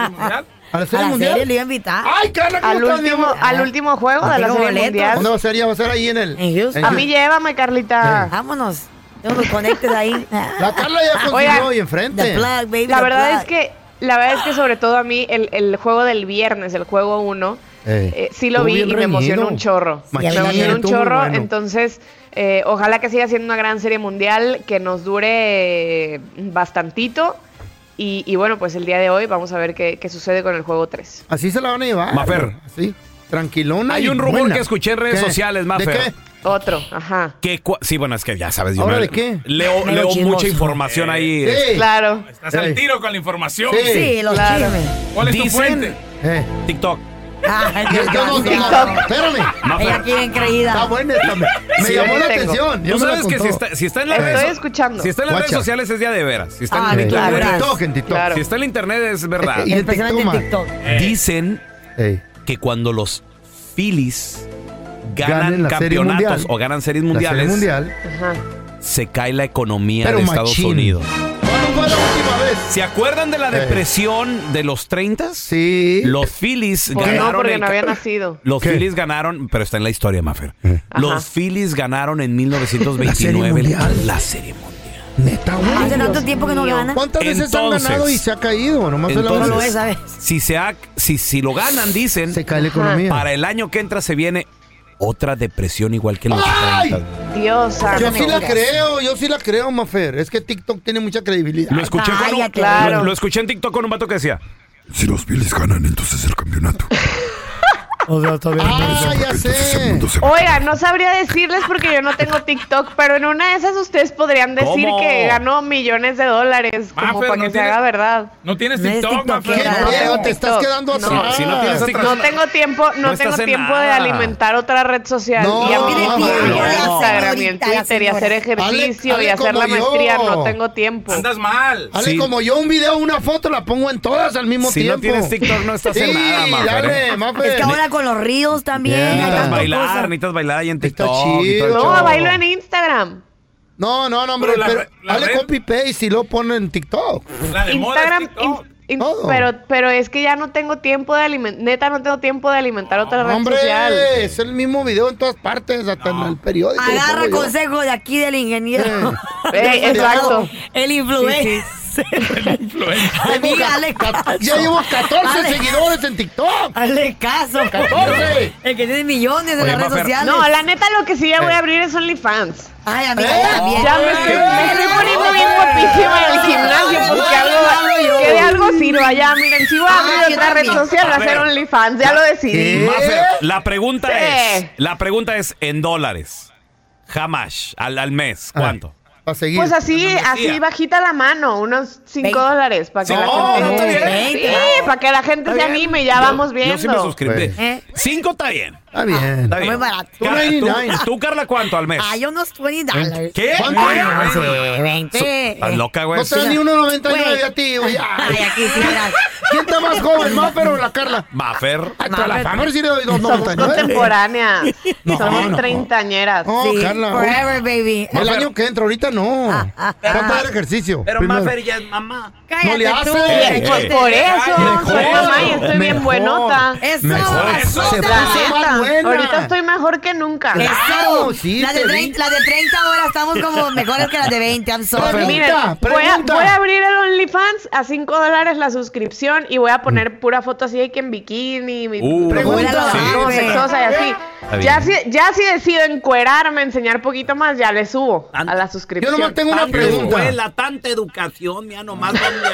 ¿A la
A
Serie
la
Mundial?
serie le iba a invitar.
Ay, Carla, ¿cómo
Al
estás, mi
último-
amor?
al último juego de la
Tengo
Serie
boletos.
Mundial.
¿Dónde va a ser? Ya va a ser ahí en el... Eh. en
A mí llévame, Carlita.
Vámonos. Tengo los conectes ahí.
La Carla ya consiguió
Oigan,
ahí enfrente.
the plug, baby,
La
the
verdad
plug.
es que, la verdad es que sobre todo a mí, el, el juego del viernes, el juego 1,
Ey.
sí lo
Eh. Estuvo
vi y
bien
me emocionó
reñido.
un chorro.
Machín,
me emocionó un
estuvo muy
chorro,
bueno.
entonces eh, ojalá que siga siendo una gran serie mundial, que nos dure eh, bastantito. Y, y bueno, pues el día de hoy vamos a ver qué, qué sucede con el juego 3.
Así se la van a llevar.
Mafer.
Así, tranquilona.
Hay
y
un rumor
buena.
que escuché en redes
¿Qué?
sociales, Mafer.
¿De qué?
Otro, ajá.
Que cua- sí, bueno, es que ya sabes. Yo
¿Ahora
me-
de qué?
Leo,
Mero
leo
chismoso.
mucha información ahí.
Sí.
este,
Claro.
Estás al
Ey.
tiro con la información.
Sí. Sí,
los
Claro.
¿Cuál es tu
Dicen-
fuente?
eh,
TikTok.
Ah,
Yo- yo no-
desgraciado.
no, espérame.
Ella aquí bien creída.
Está buena esta. Me, me
Sí,
llamó
ahí
la
tengo.
atención. ya
Tú
me la
sabes que
contó.
si está, si está en las
Eh.
redes,
Estoy
escuchando.
Si está en las
Guacha.
redes sociales es día de veras. Si está
Ah,
en,
ni
las
tú
redes-
En TikTok, en TikTok. Eh,
Si está en la internet es verdad.
Y en Especialmente en TikTok. Eh.
Eh. Dicen que cuando los Phillies ganan
Ganen la Serie
campeonatos
Mundial.
o ganan series
La Serie
mundiales,
Mundial.
Ajá.
se cae la economía
Pero
de Estados
machín.
Unidos.
fue la última vez?
¿Se acuerdan de la depresión de los 30?
Sí.
Los Phillies
Pues no,
ganaron
porque
el
no había
ca-
nacido.
Los Phillies ganaron, pero está en la historia, Maffer.
Eh.
Los Phillies ganaron en 1929 la serie mundial.
Hace tanto tiempo que no
mío.
gana.
¿Cuántas veces han
Entonces-
ganado y se ha caído? Nomás se la
Entonces,
van a-
si, se ha- si, si lo ganan, dicen, se
cae la economía.
Para el año que entra se viene otra depresión igual que en los
¡Ay!
30.
Dios,
Yo
santo.
sí la creo, yo sí la creo, Mafer. Es que TikTok tiene mucha credibilidad.
Lo escuché, con un-
claro.
lo, lo escuché en TikTok con un vato que decía,
Si los Phillies ganan, entonces el campeonato.
O sea, todavía Ah, ya
este
sé.
Oiga, no sabría decirles porque yo no tengo TikTok, pero en una de esas ustedes podrían decir
¿Cómo?
que ganó millones de dólares, como
Mafer,
para
no
que se
tienes-
haga verdad.
No tienes
No eres
TikTok, Mafer.
tiktokera,
No,
no tengo
no.
te estás
TikTok.
quedando atrás.
Si no tienes TikTok,
No tengo tiempo, no,
No
tengo
estás en
tiempo de
nada.
alimentar otra red social
No,
y a mí
no,
tiempo
no,
y el
no.
Instagram y el
Señorita, la
Twitter y hacer
señora.
ejercicio
Hable-
y
hable
hacer la
como yo.
maestría, no tengo tiempo.
Andas mal.
Dale, como yo un video, una foto, la pongo en todas al mismo
Si no
tiempo.
tienes TikTok, no estás en
Sí,
nada, Mafer, ¿eh?
Dale, Mafer.
Es que ahora con los ríos también. hay
necesitas
tanto
bailar,
cosa.
necesitas bailar ahí en TikTok. y todo el
chido.
show".
No, bailo en Instagram.
No, no, no, hombre,
Pero la-
pero
la
hable
red-
copy paste y lo ponen en TikTok.
Instagram, in- in-
Todo.
pero, pero es que ya no tengo tiempo de alimentar, neta, no tengo tiempo de alimentar otra red
Hombre,
social.
es el mismo video en todas partes, hasta en el periódico. lo
Agarra
pongo yo.
consejo de aquí del ingeniero.
Ey, exacto.
El influencer.
Tengo
Amiga,
ca-
hazle
ca-
caso.
Ya llevo 14
Hazle-
seguidores en TikTok.
Hazle caso.
14.
El que tiene millones en
Oye,
las redes
Mafer.
sociales.
No, la neta lo que sí ya voy a abrir es OnlyFans.
Ay, amiga, yo también.
Ya me estoy, me estoy poniendo bien guapísima en el gimnasio porque algo, que de algo sirva ya. Miren, si voy a
Ah,
abrir
yo
otra red
también.
social, va
A
a ser
ver.
OnlyFans, ya lo decidí.
Mafer, la pregunta
Sí.
es, la pregunta es en dólares. Jamás, al, al mes, ¿cuánto?
Para seguir.
Pues así, así bajita la mano, unos 5 dólares para que la gente. Sí, para que la gente se anime y ya vamos viendo.
Yo sí me suscribí.
Pues,
¿Eh?
Cinco está bien.
Está bien.
Está
Está
bien.
muy barato.
Carla, ¿tú, tú, Carla, ¿cuánto al mes?
Ay, unos 20 dólares.
¿Qué?
¿Cuánto?
Ay,
Sí, 20.
Estás loca, güey.
No te da ni 1.99 a ti, güey. Ay,
aquí sí
¿Quién está más joven, más pero la Carla?
Mafer.
Ay, pero la
Mafer.
Famer sí le doy
Somos
2.99.
contemporáneas. Somos treintañeras.
No,
Sí,
Oh, Carla.
forever, baby.
El año que entra ahorita no. Vamos a hacer ejercicio.
Pero
primero.
Maffer ya es mamá.
No le hace. Eh,
Pues por eso, soy
Mejor,
mamá y estoy bien
mejor.
buenota.
Eso,
Mejor.
basura.
Se
La
puso
neta,
más buena.
ahorita estoy mejor que nunca.
Eso.
Claro, sí,
las, de
te vi.
30, las de 30 ahora estamos como mejores que las de 20. I'm sorry.
Pregunta,
Miren, voy a,
pregunta.
voy a abrir el OnlyFans a 5 dólares la suscripción y voy a poner pura foto así de que en bikini, mi
Uh,
Mm. Pregunta.
pregunta, no,
sí.
sexosa y así.
Está bien.
Ya si, ya si decido encuerarme, enseñar poquito más, ya le subo
An-
a la
Yo
suscripción.
nomás tengo una
Tanta
pregunta.
escuela, tanta educación, mira nomás dónde,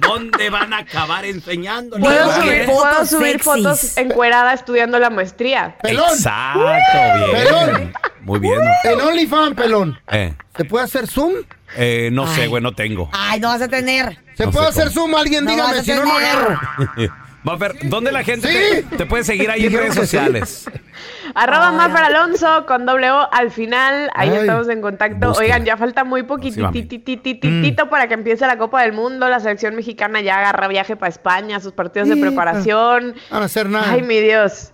dónde van a acabar enseñándole.
Puedo
¿Qué?
subir,
Fotos
puedo subir
sexys.
fotos encuerada estudiando la maestría.
Pelón.
Exacto, bien.
Pelón.
Muy bien.
En OnlyFans, pelón.
Eh,
¿Se puede hacer Zoom?
eh, no sé,
Ay.
güey, no tengo.
Ay, no vas a tener.
¿Se
No
puede
sé
hacer
cómo.
Zoom? Alguien
No vas
dígame,
a
si no, no
tener.
agarro.
Mafer, ¿dónde la gente
Sí.
te, te puede seguir ahí en
Dijeron
redes
que sí.
sociales?
Arroba Maffer Alonso con doble O al final. Ahí
Ay,
estamos en contacto.
búsquela.
Oigan, ya falta muy
Próximamente.
poquitititititito
Mm.
para que empiece la Copa del Mundo. La selección mexicana ya agarra viaje para España, sus partidos de
Sí,
preparación.
Van a hacer nada.
Ay, mi Dios.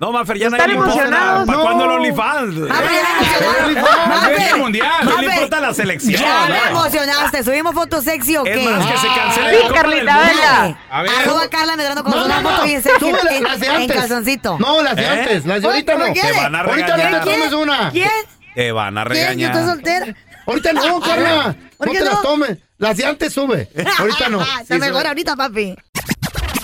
No, Mafer, ya
Están
nadie le importa nada.
emocionados,
¿Para
no.
cuándo el
Eh,
OnlyFans?
Ah, pero ya me emocionaron.
Más
Más
Mafe,
bien el mundial, no
Mafe,
le importa la selección.
Ya me emocionaste. ¿Subimos fotos sexy o qué?
Es más, que se cancele
Sí,
la Copa del
Carlita,
Mundo.
vela.
A ver.
Arroba Carla Medrano con
No,
una
no,
foto
no.
bien sexy
Tú,
en,
la- las de
en
antes.
calzoncito. Pues,
No, las de
¿Eh?
antes. Las de
Oye,
ahorita
¿pero
no.
quién?
Te van a
Ahorita no
regañar.
te tomes una.
¿Quién?
Te van a
¿Quién? Yo estoy
regañar.
soltera.
Ahorita no, Carla.
¿Por
No
qué
te
no? Ah,
las tomes. Las de antes sube. Ahorita no.
Está mejor ahorita, papi.